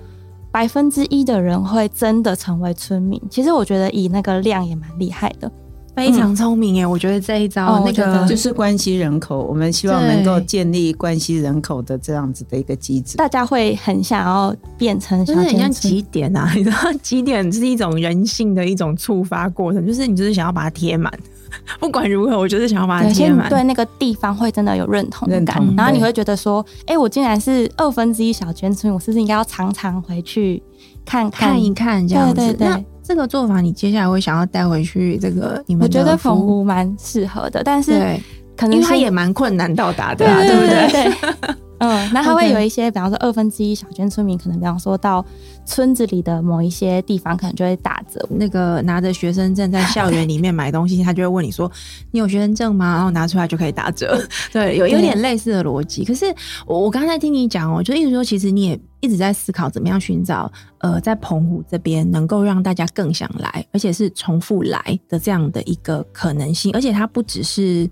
Speaker 4: 百分之一的人会真的成为村民。其实我觉得以那个量也蛮厉害的，
Speaker 1: 非常聪明耶！我觉得这一招、
Speaker 4: 嗯哦
Speaker 1: 那
Speaker 4: 我觉得
Speaker 1: 个
Speaker 3: 就是关系人口，我们希望
Speaker 1: 对
Speaker 3: 能够建立关系人口的这样子的一个机制。
Speaker 4: 大家会很想要变成小
Speaker 1: 就是很像
Speaker 4: 间村。
Speaker 1: 极点啊， 你知道极点是一种人性的一种触发过程，就是你就是想要把它贴满， 不管如何，我就是想要把它
Speaker 4: 对，其
Speaker 1: 贴
Speaker 4: 实你
Speaker 1: 满。
Speaker 4: 对那个地方会真的有认同
Speaker 3: 认
Speaker 4: 感，
Speaker 3: 同
Speaker 4: 然后你
Speaker 3: 对
Speaker 4: 会觉得说，哎、我竟然是二分之一小圈村，我是不是应该要常常回去看看？
Speaker 1: 看一看这样子。
Speaker 4: 对对对
Speaker 1: 那这个做法，你接下来会想要带回去这个你
Speaker 4: 我
Speaker 1: 们的
Speaker 4: 觉得
Speaker 1: 服
Speaker 4: 澎
Speaker 1: 务
Speaker 4: 湖蛮适合的，但是
Speaker 1: 对，
Speaker 4: 可能
Speaker 1: 因为它
Speaker 4: 是
Speaker 1: 也蛮困难到达的、啊，对不对？
Speaker 4: 对对 对。嗯，那还会
Speaker 1: OK
Speaker 4: 有一些，比方说二分之一小圈村民，可能比方说到村子里的某一些地方，可能就会打折。
Speaker 1: 那个拿着学生证在校园里面买东西，他就会问你说：“你有学生证吗？”然后拿出来就可以打折。 对，有有
Speaker 4: 对
Speaker 1: 点类似的逻辑。可是我我刚才听你讲哦，就意思说，其实你也一直在思考怎么样寻找呃，在澎湖这边能够让大家更想来，而且是重复来的这样的一个可能性。而且它不只是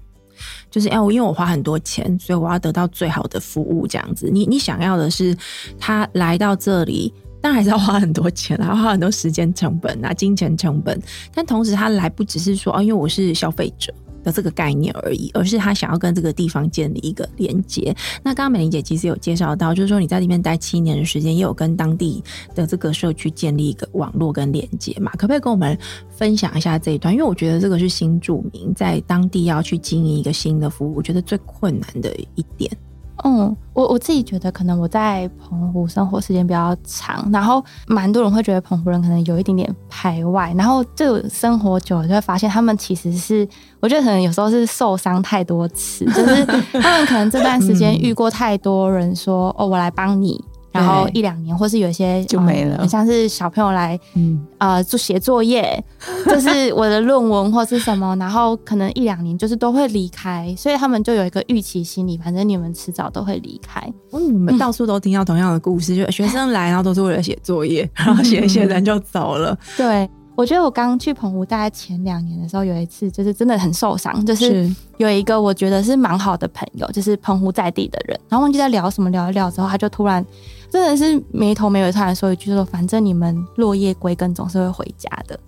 Speaker 1: 就是哎，我因为我花很多钱，所以我要得到最好的服务，这样子。你你想要的是他来到这里，但还是要花很多钱啊，花很多时间成本啊、金钱成本。但同时，他来不只是说哦，因为我是消费者。的这个概念而已，而是他想要跟这个地方建立一个连接。那刚刚美玲姐其实有介绍到，就是说你在那边待七年的时间，也有跟当地的这个社区建立一个网络跟连接嘛？可不可以跟我们分享一下这一段？因为我觉得这个是新住民在当地要去经营一个新的服务，我觉得最困难的一点。
Speaker 4: 嗯，我我自己觉得，可能我在澎湖生活时间比较长，然后蛮多人会觉得澎湖人可能有一点点排外，然后就生活久了就会发现，他们其实是，我觉得可能有时候是受伤太多次， 就是他们可能这段时间
Speaker 1: 嗯
Speaker 4: 遇过太多人说，哦，我来帮你，然后一两年，或是有一些
Speaker 3: 就
Speaker 4: 嗯
Speaker 3: 没了
Speaker 4: 很像是小朋友来
Speaker 3: 嗯，
Speaker 4: 呃做写作业，就是我的论文或是什么，然后可能一两年就是都会离开，所以他们就有一个预期心理，反正你们迟早都会离开。
Speaker 1: 我哦你们到处都听到同样的故事，就学生来，然后都是为了写作业，然后写一写人就走了。
Speaker 4: 对，我觉得我刚去澎湖大概前两年的时候，有一次就是真的很受伤，就是
Speaker 1: 是
Speaker 4: 有一个我觉得是蛮好的朋友，就是澎湖在地的人，然后忘记在聊什么，聊一聊之后，他就突然真的是没头没尾，突然说一句说，反正你们落叶归根，总是会回家的。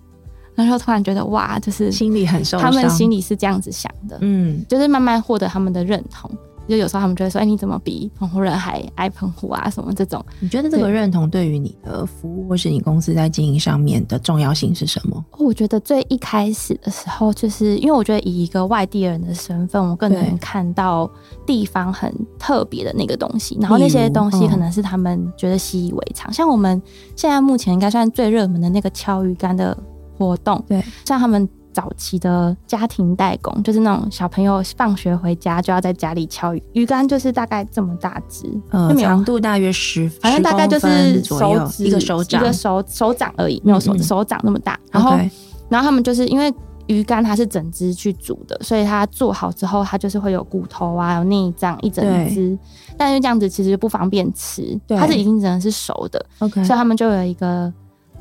Speaker 4: 那时候突然觉得哇，就是
Speaker 1: 心里很受
Speaker 4: 他
Speaker 1: 伤，
Speaker 4: 们心里是这样子想的，
Speaker 1: 嗯，
Speaker 4: 就是慢慢获得他们的认同。就有时候他们就会说：“哎、你怎么比澎湖人还爱澎湖啊？”什么这种，
Speaker 1: 你觉得这个认同对于你的服务或是你公司在经营上面的重要性是什么？
Speaker 4: 我觉得最一开始的时候，就是因为我觉得以一个外地人的身份，我更
Speaker 1: 对
Speaker 4: 能看到地方很特别的那个东西，然后那些东
Speaker 1: 例
Speaker 4: 西
Speaker 1: 如
Speaker 4: 可能是他们觉得习以为常。像我们现在目前应该算最热门的那个敲鱼竿的活动，
Speaker 1: 对，
Speaker 4: 像他们早期的家庭代工，就是那种小朋友放学回家就要在家里敲鱼，鱼竿就是大概这么大只，
Speaker 1: 呃
Speaker 4: 就，没有
Speaker 1: 长度大约十，
Speaker 4: 反正大概就
Speaker 1: 10公
Speaker 4: 是
Speaker 1: 分左
Speaker 4: 手
Speaker 1: 右
Speaker 4: 指
Speaker 1: 一个手掌
Speaker 4: 一个。手手掌而已，没有手、
Speaker 1: 嗯嗯
Speaker 4: 手掌那么大。然后
Speaker 1: OK
Speaker 4: 然后他们就是因为鱼干它是整只去煮的，所以它做好之后，它就是会有骨头啊，有内脏一整只。但是这样子其实不方便吃，
Speaker 1: 对
Speaker 4: 它是已经只能是啊熟的，
Speaker 1: OK，
Speaker 4: 所以他们就有一个。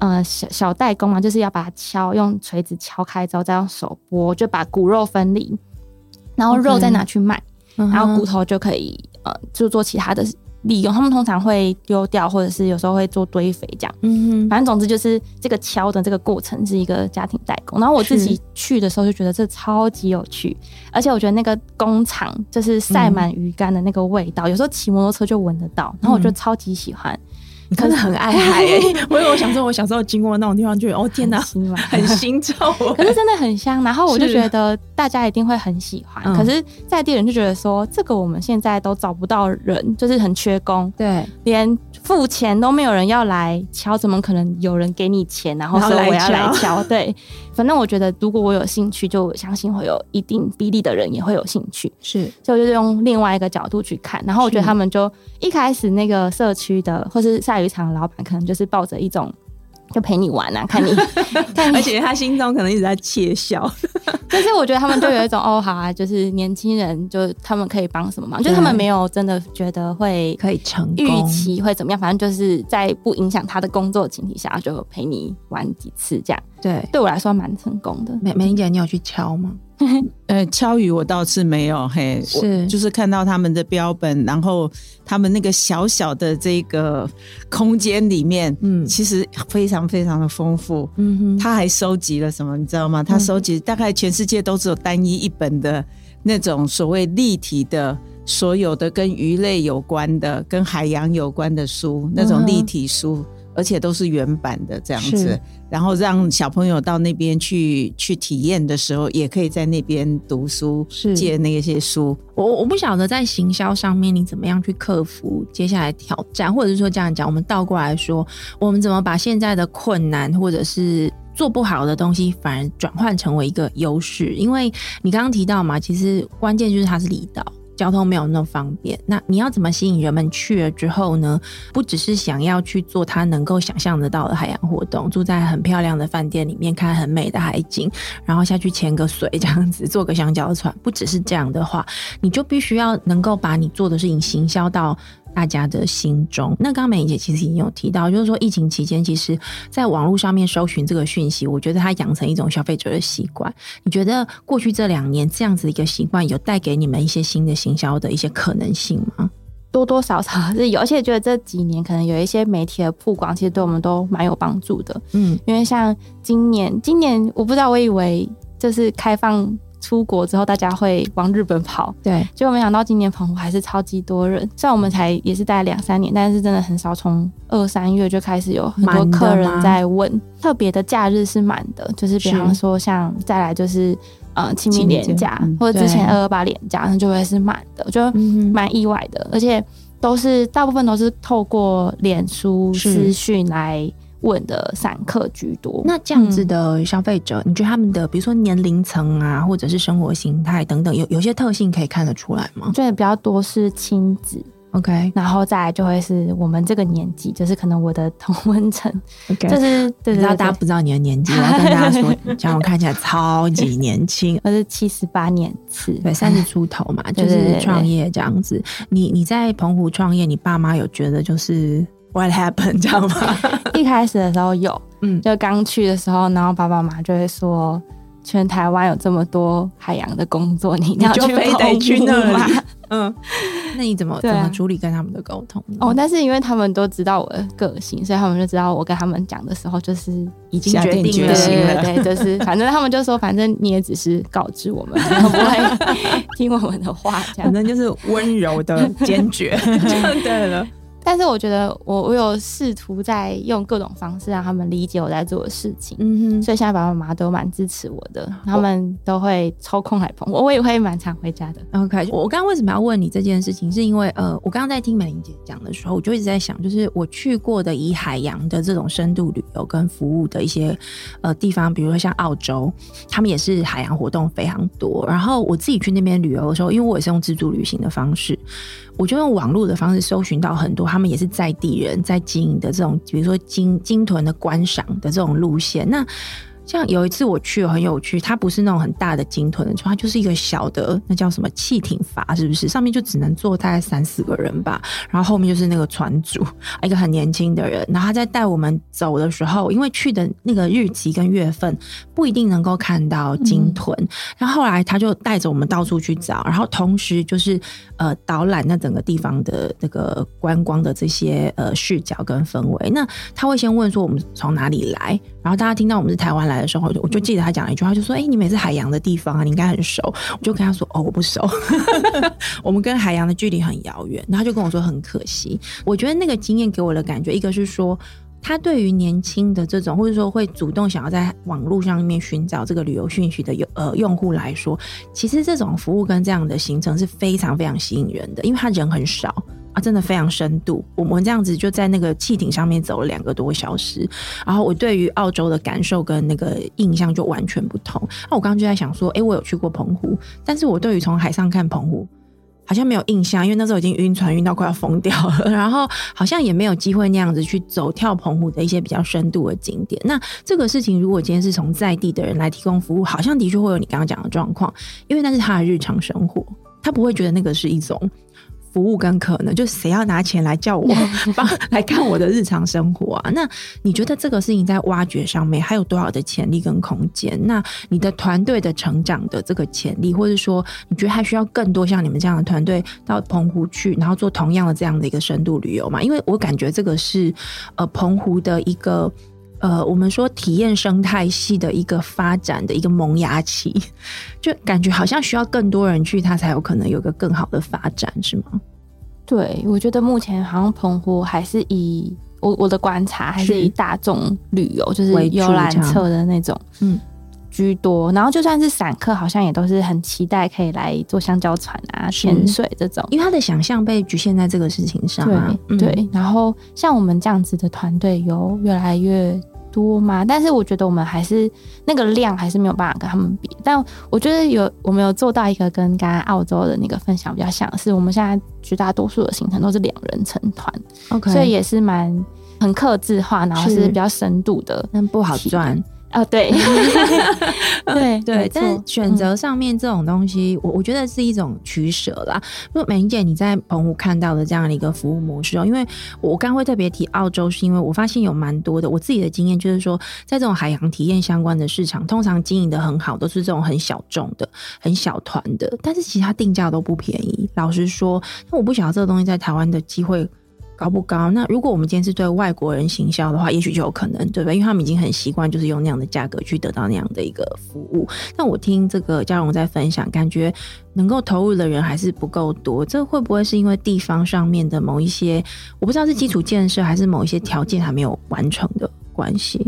Speaker 4: 呃，小小代工嘛，就是要把它敲，用锤子敲开之后，再用手剥，就把骨肉分离，然后肉
Speaker 1: OK
Speaker 4: 再拿去卖。
Speaker 1: 然
Speaker 4: 然后骨头就可以呃，就做其他的利用。他们通常会丢掉，或者是有时候会做堆肥这样。
Speaker 1: 嗯哼
Speaker 4: 反正总之就是这个敲的这个过程是一个家庭代工。然后我自己去的时候就觉得这超级有趣，而且我觉得那个工厂就是
Speaker 1: 嗯
Speaker 4: 晒满鱼干的那个味道，有时候骑摩托车就闻得到，然后我就超级喜欢。
Speaker 1: 嗯你真的很爱 海、欸，我有我想说，我小时候经过那种地方，就觉得哦天哪，
Speaker 4: 很喜欢
Speaker 1: 很心臭、
Speaker 4: 可 是真的很香，然后我就是觉得大家一定会很喜欢。
Speaker 1: 嗯
Speaker 4: 可是在地人就觉得说，这个我们现在都找不到人，就是很缺工，
Speaker 1: 对，
Speaker 4: 连付钱都没有人要来敲，怎么可能有人给你钱，然后
Speaker 1: 然后
Speaker 4: 说我
Speaker 1: 来
Speaker 4: 要来
Speaker 1: 敲
Speaker 4: 敲？ 对，反正我觉得如果我有兴趣，就相信会有一定比例的人也会有兴趣，
Speaker 1: 是
Speaker 4: 所以我就用另外一个角度去看。然后我觉得
Speaker 1: 是
Speaker 4: 他们就一开始那个社区的或是晒鱼场的老板，可能就是抱着一种。就陪你玩啊，看你，看你
Speaker 1: 而且他心中可能一直在窃笑。
Speaker 4: 就是我觉得他们就有一种 哦，好啊，就是年轻人，就他们可以帮什么忙，就是他们
Speaker 1: 对
Speaker 4: 没有真的觉得会
Speaker 1: 可以成
Speaker 4: 预
Speaker 1: 功
Speaker 4: 期会怎么样，反正就是在不影响他的工作的前提下，就陪你玩几次这样。
Speaker 1: 对，
Speaker 4: 对我来说蛮成功的，
Speaker 1: 美美玲姐，你有去敲吗？
Speaker 3: 呃，敲鱼我倒是没有，嘿，我
Speaker 1: 是
Speaker 3: 就是看到他们的标本，然后他们那个小小的这个空间里面，
Speaker 1: 嗯
Speaker 3: 其实非常非常的丰富。
Speaker 1: 嗯哼，
Speaker 3: 他还收集了什么，你知道吗？他收集大概全世界都只有单一一本的那种所谓立体的。所有的跟鱼类有关的、跟海洋有关的书，那种立体书，而且都是原版的这样子
Speaker 1: 是，
Speaker 3: 然后让小朋友到那边去去体验的时候，也可以在那边读书
Speaker 1: 是，
Speaker 3: 借那些书。
Speaker 1: 我我不晓得在行销上面你怎么样去克服接下来挑战，或者是说这样讲，我们倒过来说，我们怎么把现在的困难或者是做不好的东西，反而转换成为一个优势？因为你刚刚提到嘛，其实关键就是它是离岛。交通没有那么方便，那你要怎么吸引人们去了之后呢？不只是想要去做他能够想象得到的海洋活动，住在很漂亮的饭店里面，看很美的海景，然后下去潜个水这样子，坐个香蕉船，不只是这样的话，你就必须要能够把你做的事情行销到大家的心中。那刚刚美玲姐其实已经有提到，就是说疫情期间，其实在网络上面搜寻这个讯息，我觉得它养成一种消费者的习惯。你觉得过去这两年这样子的一个习惯，有带给你们一些新的行销的一些可能性吗？
Speaker 4: 多多少少还是有，而且觉得这几年可能有一些媒体的曝光，其实对我们都蛮有帮助的。
Speaker 1: 嗯，
Speaker 4: 因为像今年，今年我不知道，我以为就是开放出国之后，大家会往日本跑，
Speaker 1: 对，
Speaker 4: 结果没想到今年澎湖还是超级多人，虽然我们才也是待两三年，但是真的很少从二三月就开始有很多客人在问。特别的假日是满的，就是比方说像再来就是呃清明连
Speaker 3: 清明节
Speaker 4: 假、
Speaker 3: 嗯
Speaker 4: 或者之前
Speaker 1: 对
Speaker 4: 二二八连假，那就会是满的，我觉得
Speaker 1: 嗯哼
Speaker 4: 蛮意外的，而且都是大部分都是透过脸书
Speaker 1: 是
Speaker 4: 私讯来问的散客居多。
Speaker 1: 那这样子的消费者，你觉得他们的比如说年龄层啊，或者是生活形态等等，有有些特性可以看得出来吗
Speaker 4: 我觉得比较多是亲子，
Speaker 1: ？OK
Speaker 4: 然后再来就会是我们这个年纪，就是可能我的同温层
Speaker 1: OK，
Speaker 4: 就是对对
Speaker 1: 你知道
Speaker 4: 对
Speaker 1: 大家
Speaker 4: 对，，
Speaker 1: 不知道你的年纪，我要跟大家说，小荣看起来超级年轻
Speaker 4: 我是七十八年次，
Speaker 1: 对，三十出头嘛，就
Speaker 4: 对对对
Speaker 1: 是
Speaker 4: 对
Speaker 1: 创业这样子。你你在澎湖创业，你爸妈有觉得就是 what happened 这样吗？
Speaker 4: 一开始的时候有，
Speaker 1: 嗯，
Speaker 4: 就刚去的时候，然后爸爸妈妈就会说。全台 湾有这么多海洋的工作，你一定要
Speaker 1: 你就
Speaker 4: 去
Speaker 1: 非得
Speaker 4: 澎湖
Speaker 1: 去那里
Speaker 4: 嘛
Speaker 1: 嗯，那你怎么
Speaker 4: 对
Speaker 1: 怎
Speaker 4: 啊
Speaker 1: 么处理跟他们的沟通呢？
Speaker 4: 哦，但是因为他们都知道我的个性，所以他们就知道我跟他们讲的时候就是已经
Speaker 3: 下
Speaker 4: 决
Speaker 3: 定
Speaker 4: 定
Speaker 3: 决
Speaker 4: 了，
Speaker 3: 心了
Speaker 4: 对对对，就是反正他们就说，反正你也只是告知我们，然后不会听我们的话这
Speaker 1: 反
Speaker 4: 样。
Speaker 1: 正就是温柔的坚 决，就对了。
Speaker 4: 但是我觉得我我有试图在用各种方式让他们理解我在做的事情，
Speaker 1: 嗯哼，
Speaker 4: 所以现在爸爸妈妈都蛮支持我的，他们都会抽空来捧我，我也会蛮常回家的。
Speaker 1: OK，我刚刚为什么要问你这件事情，是因为呃，我刚刚在听美玲姐讲的时候，我就一直在想，就是我去过的以海洋的这种深度旅游跟服务的一些呃地方，比如说像澳洲，他们也是海洋活动非常多。然后我自己去那边旅游的时候，因为我也是用自助旅行的方式，我就用网络的方式搜寻到很多他们也是在地人在经营的这种，比如说鲸鲸豚的观赏的这种路线。那像有一次我去很有趣，它不是那种很大的鲸豚的船，它就是一个小的，那叫什么汽艇筏，是不是？上面就只能坐大概三四个人吧。然后后面就是那个船主， 一个很年轻的人。然后他在带我们走的时候，因为去的那个日期跟月份不一定能够看到鲸豚，然后后来他就带着我们到处去找，然后同时就是呃导览那整个地方的那个观光的这些呃视角跟氛围。那他会先问说我们从哪里来，然后大家听到我们是台湾来的时候，我就我就记得他讲了一句话，就说：“哎、你们也是海洋的地方啊，你应该很熟。”我就跟他说：“哦，我不熟， 我们跟海洋的距离很遥远。”然后他就跟我说：“很可惜。”我觉得那个经验给我的感觉，一个是说。他对于年轻的这种，或者说会主动想要在网络上面寻找这个旅游讯息的有呃用户来说，其实这种服务跟这样的行程是非常非常吸引人的，因为他人很少啊，真的非常深度。我们这样子就在那个汽艇上面走了两个多小时，然后我对于澳洲的感受跟那个印象就完全不同。那我刚刚就在想说，诶，我有去过澎湖，但是我对于从海上看澎湖。好像没有印象，因为那时候已经晕船晕到快要疯掉了，然后好像也没有机会那样子去走跳澎湖的一些比较深度的景点。那这个事情如果今天是从在地的人来提供服务，好像的确会有你刚刚讲的状况，因为那是他的日常生活，他不会觉得那个是一种服务跟可能，就是谁要拿钱来叫我帮 来看我的日常生活啊？那你觉得这个事情在挖掘上面还有多少的潜力跟空间？那你的团队的成长的这个潜力，或者说你觉得还需要更多像你们这样的团队到澎湖去，然后做同样的这样的一个深度旅游嘛？因为我感觉这个是呃澎湖的一个。呃，我们说体验生态系的一个发展的一个萌芽期， 就感觉好像需要更多人去，它才有可能有个更好的发展，是吗？
Speaker 4: 对，我觉得目前好像澎湖还是以我我的观察，还是
Speaker 1: 是
Speaker 4: 以大众旅游，就是
Speaker 1: 为主
Speaker 4: 游览
Speaker 1: 这样
Speaker 4: 车的那种，
Speaker 1: 嗯
Speaker 4: 嗯，居多。然后就算是散客，好像也都是很期待可以来坐香蕉船啊、
Speaker 1: 是
Speaker 4: 潜水这种。
Speaker 1: 因为他的想象被局限在这个事情上、啊
Speaker 4: 对、。对，然后像我们这样子的团队有越来越多嘛，但是我觉得我们还是那个量还是没有办法跟他们比。但我觉得有我们有做到一个跟刚刚澳洲的那个分享比较像，是我们现在绝大多数的行程都是两人成团，
Speaker 1: 嗯、，OK，
Speaker 4: 所以也是蛮很克制化，然后
Speaker 1: 是嗯
Speaker 4: 是比较深度的。
Speaker 1: 那不好赚。
Speaker 4: 哦，对， 对
Speaker 1: 呃对，但是选。
Speaker 4: 没错嗯
Speaker 1: 择上面这种东西，我我觉得是一种取舍啦。如果美玲姐你在澎湖看到的这样的一个服务模式哦，因为我刚刚会特别提澳洲，是因为我发现有蛮多的我自己的经验，就是说在这种海洋体验相关的市场，通常经营的很好，都是这种很小众的、很小团的，但是其实它定价都不便宜。老实说，那我不晓得这个东西在台湾的机会。高不高？那如果我们今天是对外国人行销的话，也许就有可能，对不对？因为他们已经很习惯，就是用那样的价格去得到那样的一个服务。那我听这个嘉荣在分享，感觉能够投入的人还是不够多。这会不会是因为地方上面的某一些，我不知道是基础建设还是某一些条件还没有完成的关系？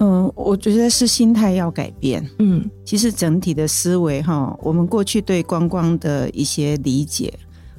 Speaker 3: 嗯，我觉得是心态要改变。
Speaker 1: 嗯，
Speaker 3: 其实整体的思维哈，我们过去对观光的一些理解，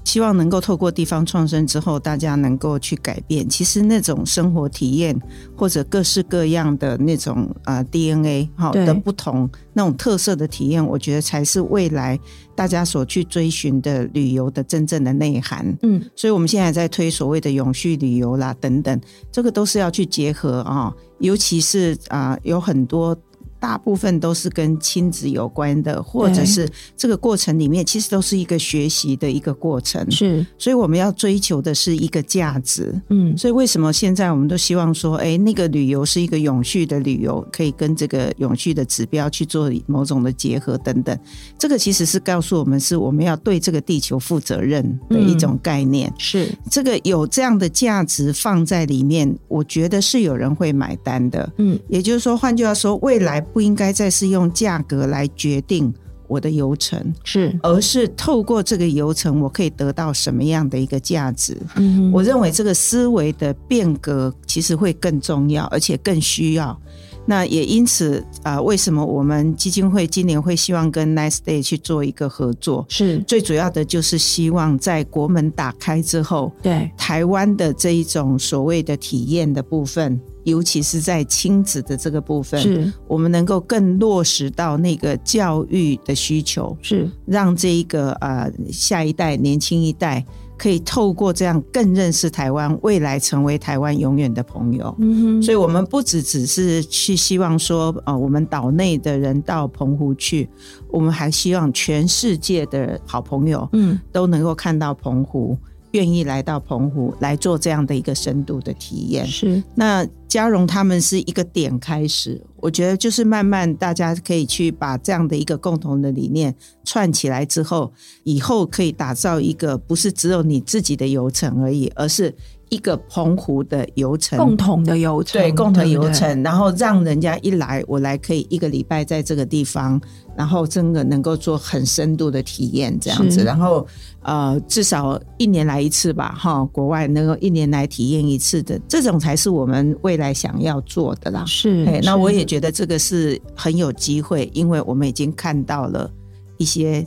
Speaker 3: 希望能够透过地方创生之后，大家能够去改变。其实那种生活体验或者各式各样的那种呃 DNA 哈
Speaker 1: 对
Speaker 3: 的不同，那种特色的体验，我觉得才是未来大家所去追寻的旅游的真正的内涵。
Speaker 1: 嗯，
Speaker 3: 所以我们现在在推所谓的永续旅游啦等等，这个都是要去结合啊、尤其是啊、有很多大部分都是跟亲子有关的，或者是这个过程里面其实都是一个学习的一个过程。
Speaker 1: 是，
Speaker 3: 所以我们要追求的是一个价值。
Speaker 1: 嗯，
Speaker 3: 所以为什么现在我们都希望说，哎，那个旅游是一个永续的旅游，可以跟这个永续的指标去做某种的结合等等。这个其实是告诉我们，是我们要对这个地球负责任的一种概念。
Speaker 1: 是，
Speaker 3: 这个有这样的价值放在里面，我觉得是有人会买单的。
Speaker 1: 嗯，
Speaker 3: 也就是说，换句话说，未来不应该再是用价格来决定我的游程，
Speaker 1: 是，
Speaker 3: 而是透过这个游程，我可以得到什么样的一个价值。
Speaker 1: 嗯
Speaker 3: 我认为这个思维的变革其实会更重要，而且更需要。那也因此啊、呃为什么我们基金会今年会希望跟 Nice Day 去做一个合作？
Speaker 1: 是，
Speaker 3: 最主要的就是希望在国门打开之后，
Speaker 1: 对，
Speaker 3: 台湾的这一种所谓的体验的部分，尤其是在亲子的这个部分，
Speaker 1: 是，
Speaker 3: 我们能够更落实到那个教育的需求，
Speaker 1: 是，
Speaker 3: 让这一个呃下一代、年轻一代可以透过这样更认识台湾，未来成为台湾永远的朋友。
Speaker 1: 嗯哼，
Speaker 3: 所以，我们不只只是去希望说，呃，我们岛内的人到澎湖去，我们还希望全世界的好朋友，
Speaker 1: 嗯，
Speaker 3: 都能够看到澎湖，愿意来到澎湖来做这样的一个深度的体验。
Speaker 1: 是，
Speaker 3: 那嘉荣他们是一个点开始，我觉得就是慢慢大家可以去把这样的一个共同的理念串起来之后，以后可以打造一个不是只有你自己的游程而已，而是一个澎湖的游
Speaker 1: 嗯
Speaker 3: 程。
Speaker 1: 共同的游程，
Speaker 3: 对，共同
Speaker 1: 不
Speaker 3: 游
Speaker 1: 对
Speaker 3: 程，，然后让人家一来，我来可以一个礼拜在这个地方，然后真的能够做很深度的体验这样子，
Speaker 1: 是
Speaker 3: 然后呃，至少一年来一次吧，哈，国外能够一年来体验一次的，这种才是我们未来想要做的啦。
Speaker 1: 是
Speaker 3: 哎，，那
Speaker 1: 是
Speaker 3: 我也觉得这个是很有机会，因为我们已经看到了一些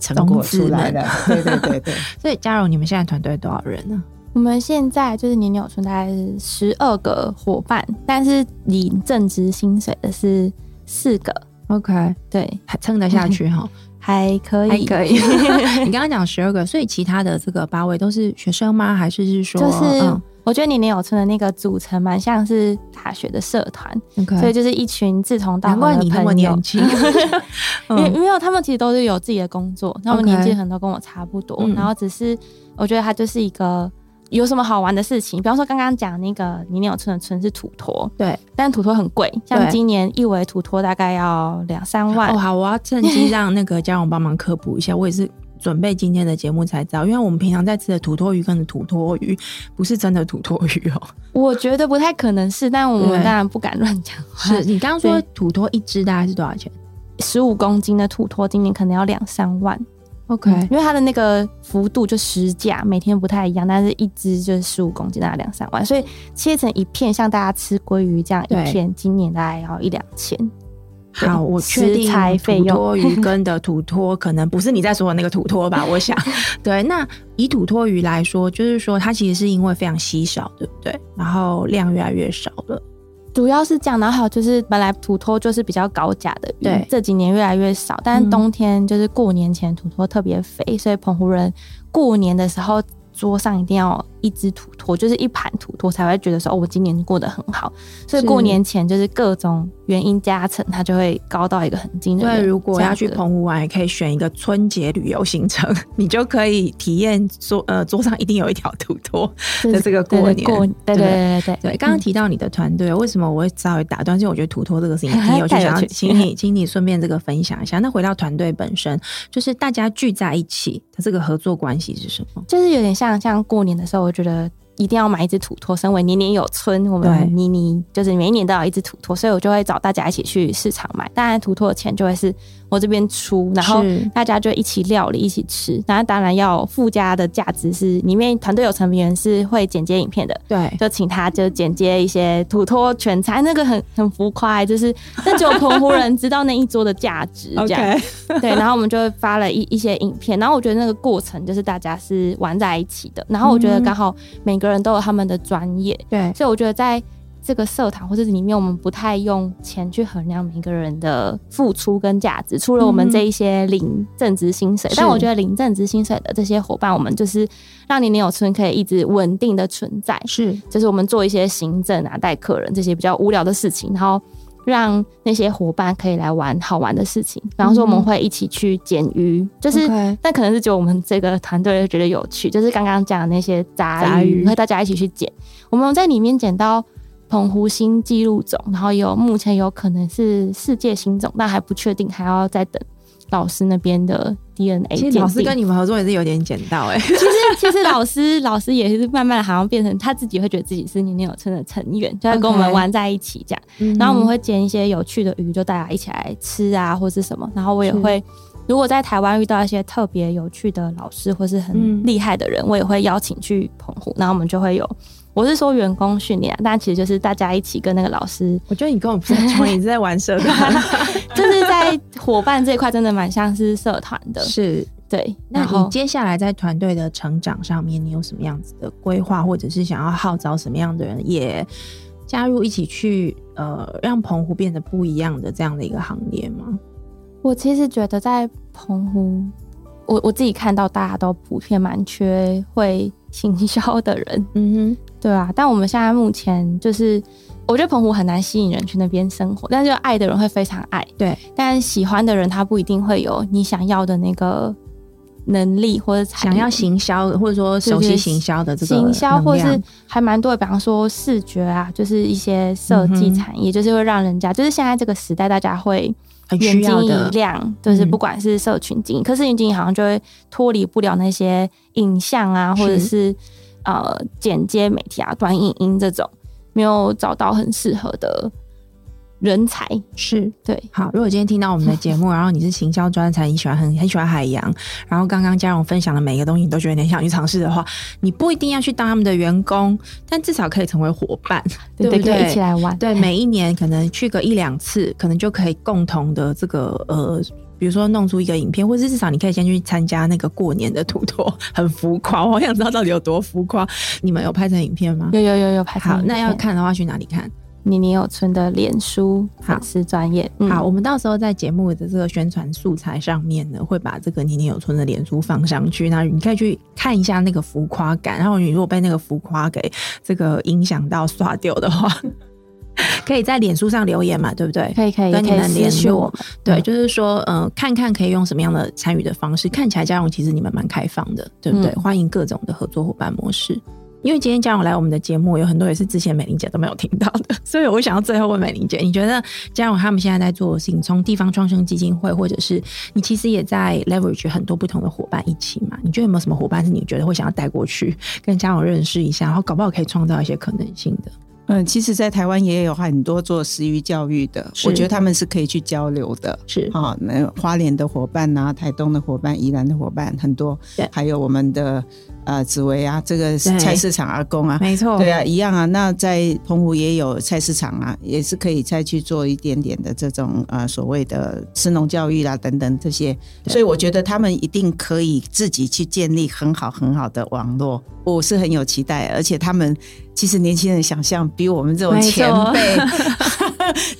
Speaker 3: 成
Speaker 1: 种
Speaker 3: 果
Speaker 1: 子
Speaker 3: 出来
Speaker 1: 们
Speaker 3: 了，对 对对对，
Speaker 1: 所以嘉荣，你们现在团队多少人呢？
Speaker 4: 我们现在就是年纽村大概是十二个伙伴，但是领正职薪水的是四个，
Speaker 1: OK，嗯
Speaker 4: 对，
Speaker 1: 还撑得下去 哈，
Speaker 4: 还可以，
Speaker 1: 还可以。你刚刚讲十二个，所以其他的这个八位都是学生吗？还是是 说
Speaker 4: 就是
Speaker 1: 嗯
Speaker 4: 我觉得你年纽村的那个组成蛮像是大学的社团，
Speaker 1: OK，
Speaker 4: 所以就是一群志同道
Speaker 1: 难
Speaker 4: 合
Speaker 1: 怪
Speaker 4: 的
Speaker 1: 你那么
Speaker 4: 朋友
Speaker 1: 年。 轻，
Speaker 4: 因
Speaker 1: 嗯
Speaker 4: 为因为他们其实都是有自己的工作，那我们
Speaker 1: OK
Speaker 4: 年纪可能都跟我差不多，
Speaker 1: 嗯
Speaker 4: 然后只是我觉得它就是一个有什么好玩的事情，比方说刚刚讲那个你纽村的村是土托，
Speaker 1: 对，
Speaker 4: 但土托很贵，像
Speaker 1: 对
Speaker 4: 今年一围土托大概要两三万
Speaker 1: 哦，，好，我要趁机让那个嘉荣帮忙科普一下，我也是。准备今天的节目才知道，因为我们平常在吃的土托鱼跟土托鱼哦不是真的土托鱼哦，
Speaker 4: 我觉得不太可能是，但我
Speaker 1: 对
Speaker 4: 们当然不敢乱讲话。
Speaker 1: 是你刚刚说
Speaker 4: 对
Speaker 1: 土托一只大概是多少钱
Speaker 4: 十五公斤的土托，今年可能要两三万，
Speaker 1: ？OK，
Speaker 4: 因为它的那个幅度就十价，每天不太一样，但是一只就是十五公斤，大概两三万，所以切成一片，像大家吃鲑鱼这样一
Speaker 1: 对
Speaker 4: 片，今年大概要一两千。对
Speaker 1: 好，我确定
Speaker 4: 食材费
Speaker 1: 土
Speaker 4: 用
Speaker 1: 托鱼跟的土托可能不是你在说的那个土托吧？我想，对。那以土托鱼来说，就是说它其实是因为非常稀少，对不对？然后量越来越少了，
Speaker 4: 主要是这样，然后还有就是本来土托就是比较高价的鱼，
Speaker 1: 对
Speaker 4: 这几年越来越少，但是冬天就是过年前土托特别肥，所以澎湖人过年的时候桌上一定要有一只土托，就是一盘土托才会觉得说哦，我今年过得很好，所以
Speaker 1: 是
Speaker 4: 过年前就是各种原因加成，它就会高到一个很惊人的价格。
Speaker 1: 对，如果要去澎湖玩，也可以选一个春节旅游行程， 你就可以体验桌呃桌上一定有一条土托。
Speaker 4: 就是
Speaker 1: 的这个
Speaker 4: 对
Speaker 1: 过
Speaker 4: 对
Speaker 1: 年
Speaker 4: 过对对对对
Speaker 1: 对，刚刚提到你的团队，为什么我会稍微打断？是因为我觉得土托这个事情挺有趣，
Speaker 4: 太有
Speaker 1: 想要
Speaker 4: 趣
Speaker 1: 请你， 请你顺便这个分享一下。那回到团队本身，就是大家聚在一起，它这个合作关系是什么？
Speaker 4: 就是有点像像过年的时候，我觉得一定要买一只土托。身为年年有春，我
Speaker 1: 对
Speaker 4: 们年年就是每一年都要一只土托，所以我就会找大家一起去市场买。当然，土托的钱就会是我这边出，然后
Speaker 1: 是
Speaker 4: 大家就一起料理、一起吃。那当然要附加的价值是，里面团队有成员是会剪接影片的。
Speaker 1: 对，
Speaker 4: 就请他就剪接一些土托全餐，那个很很浮夸、就是但只有澎湖人知道那一桌的价值这样。 对，然后我们就发了一一些影片，然后我觉得那个过程就是大家是玩在一起的，然后我觉得刚好每个人都有他们的专业，
Speaker 1: 对，
Speaker 4: 所以我觉得在这个社团或者是里面，我们不太用钱去衡量每个人的付出跟价值，除了我们这一些领正职薪水，
Speaker 1: 嗯是
Speaker 4: 但我觉得领正职薪水的这些伙伴，我们就是让年年有村可以一直稳定的存在，
Speaker 1: 是
Speaker 4: 就是我们做一些行政啊、带客人这些比较无聊的事情，然后让那些伙伴可以来玩好玩的事情。比方说，我们
Speaker 1: 嗯
Speaker 4: 会一起去捡鱼，就是那
Speaker 1: OK
Speaker 4: 嗯但可能是只有我们这个团队觉得有趣，就是刚刚讲的那些杂
Speaker 1: 杂
Speaker 4: 鱼，
Speaker 1: 鱼
Speaker 4: 和大家一起去捡。我们在里面捡到澎湖新纪录种，然后有目前有可能是世界新种，但还不确定，还要再等老师那边的 DNA 鉴
Speaker 1: 其实
Speaker 4: 定。
Speaker 1: 老师跟你们合作也是有点捡到哎、
Speaker 4: 其实其实老师老师也是慢慢好像变成他自己会觉得自己是年年有春的成员，就要跟我们
Speaker 1: OK
Speaker 4: 玩在一起这样。然后我们会捡一些有趣的鱼，就大家一起来吃啊，或是什么。然后我也
Speaker 1: 是
Speaker 4: 会，如果在台湾遇到一些特别有趣的老师或是很
Speaker 1: 嗯
Speaker 4: 厉害的人，我也会邀请去澎湖。然后我们就会有，我是说员工训练啊，但其实就是大家一起跟那个老师，
Speaker 1: 我觉得你跟我不是在穷，你是在玩社团。
Speaker 4: 就是 在伙伴这一块真的蛮像是社团的，
Speaker 1: 是，
Speaker 4: 对。
Speaker 1: 那
Speaker 4: 然
Speaker 1: 你
Speaker 4: 后
Speaker 1: 接下来在团队的成长上面，你有什么样子的规划，或者是想要号召什么样的人也加入一起去，呃，让澎湖变得不一样的这样的一个行列吗？
Speaker 4: 我其实觉得在澎湖，我我自己看到大家都普遍蛮缺会行销的人，
Speaker 1: 嗯
Speaker 4: 对啊，但我们现在目前就是，我觉得澎湖很难吸引人去那边生活，但是爱的人会非常爱，
Speaker 1: 对，
Speaker 4: 但喜欢的人他不一定会有你想要的那个能力或者才
Speaker 1: 想
Speaker 4: 能
Speaker 1: 要行销或者说熟悉行销的这个
Speaker 4: 行销，
Speaker 1: 能
Speaker 4: 或是
Speaker 1: 量
Speaker 4: 还蛮多的，比方说视觉啊，就是一些设计
Speaker 1: 嗯哼
Speaker 4: 产业，就是会让人家，就是现在这个时代，大家会
Speaker 1: 很
Speaker 4: 眼
Speaker 1: 呃需要
Speaker 4: 睛
Speaker 1: 的
Speaker 4: 一亮，就是
Speaker 1: 嗯
Speaker 4: 不管是社群经营，可是社群经营好像就会脱离不了那些影像啊，
Speaker 1: 是
Speaker 4: 或者是呃剪接媒体啊、短影音这种，没有找到很适合的人才，
Speaker 1: 是。
Speaker 4: 对。
Speaker 1: 好，如果今天听到我们 的节目，然后你是行销专才，你喜欢很很喜欢海洋，然后刚刚嘉荣分享的每一个东西，你都觉得你很想去尝试的话，你不一定要去当他们的员工，但至少可以成为伙伴，
Speaker 4: 对
Speaker 1: 不
Speaker 4: 可以
Speaker 1: 对？
Speaker 4: 一起来玩。
Speaker 1: 对，每一年可能去个一两次，可能就可以共同的这个呃，比如说弄出一个影片，或是至少你可以先去参加那个过年的土托， 很浮夸，我好想知道到底有多浮夸。你们有拍成影片吗？
Speaker 4: 有有有有拍成
Speaker 1: 好，
Speaker 4: 影
Speaker 1: 那要
Speaker 4: 片
Speaker 1: 看的话去哪里看？
Speaker 4: 你你有存的脸书
Speaker 1: 好
Speaker 4: 粉丝专业，嗯
Speaker 1: 好，我们到时候在节目的这个宣传素材上面呢，会把这个年年有春的脸书放上去，那你可以去看一下那个浮夸感，然后你如果被那个浮夸给这个影响到刷掉的话， 可以在脸书上留言嘛，对不对？
Speaker 4: 可以可以
Speaker 1: 跟你
Speaker 4: 可以
Speaker 1: 们
Speaker 4: 私
Speaker 1: 联
Speaker 4: 讯
Speaker 1: 络
Speaker 4: 我们，
Speaker 1: 对，
Speaker 4: 嗯
Speaker 1: 就是说，呃，看看可以用什么样的参与的方式。看起来嘉荣其实你们蛮开放的，对不对？欢迎各种的合作伙伴模式。因为今天嘉荣来我们的节目，有很多也是之前美玲姐都没有听到的， 所以我想要最后问美玲姐，你觉得嘉荣他们现在在做的事情，从地方创生基金会，或者是你其实也在 leverage 很多不同的伙伴一起嘛？你觉得有没有什么伙伴是你觉得会想要带过去跟嘉荣认识一下，然后搞不好可以创造一些可能性的？
Speaker 3: 嗯，其实，在台湾也有很多做食育教育的，
Speaker 1: 是
Speaker 3: 我觉得他们是可以去交流的。
Speaker 1: 是
Speaker 3: 啊，那花莲的伙伴呐、台东的伙伴、宜兰的伙伴很多
Speaker 1: 对，
Speaker 3: 还有我们的呃紫薇啊，这个
Speaker 1: 对
Speaker 3: 菜市场阿公啊，
Speaker 1: 没错
Speaker 3: 对啊，一样啊。那在澎湖也有菜市场啊，也是可以再去做一点点的这种呃所谓的吃农教育啦、等等这些。
Speaker 1: 对
Speaker 3: 所以我觉得他们一定可以自己去建立很好很好的网络，我是很有期待。而且他们其实年轻人想象比我们这种
Speaker 1: 没错
Speaker 3: 前 辈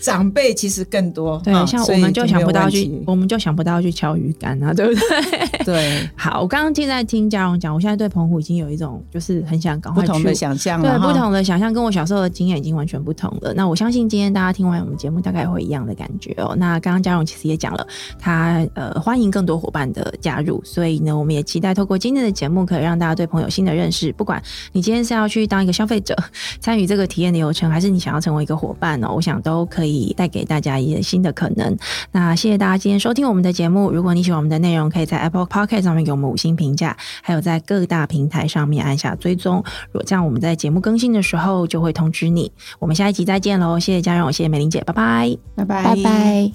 Speaker 3: 长辈其实更多。
Speaker 1: 对，
Speaker 3: 啊
Speaker 1: 像
Speaker 3: 所
Speaker 1: 我
Speaker 3: 以
Speaker 1: 们就
Speaker 3: 没有
Speaker 1: 想不到
Speaker 3: 问
Speaker 1: 去
Speaker 3: 题，
Speaker 1: 我们就想不到去敲鱼竿啊，对不对？
Speaker 3: 对
Speaker 1: 好，我刚刚正在听嘉荣讲，我现在对澎湖已经有一种就是很想赶
Speaker 3: 不
Speaker 1: 快去
Speaker 3: 同的想象
Speaker 1: 对
Speaker 3: 了哈
Speaker 1: 不同的想象，跟我小时候的经验已经完全不同了。那我相信今天大家听完我们节目，大概也会一样的感觉哦。那刚刚嘉荣其实也讲了，他呃欢迎更多伙伴的加入，所以呢，我们也期待透过今天的节目，可以让大家对朋友新的认识。不管你今天是要去当一个消费者，参与这个体验流程，还是你想要成为一个伙伴哦，我想都可以带给大家一些新的可能。那谢谢大家今天收听我们的节目。如果你喜欢我们的内容，可以在 Apple Podcast 上面给我们五星评价，还有在各大平台上面按下追踪。如果这样，我们在节目更新的时候就会通知你。我们下一集再见喽！谢谢嘉荣，谢谢美玲姐，拜拜。
Speaker 3: 拜拜
Speaker 4: 拜拜。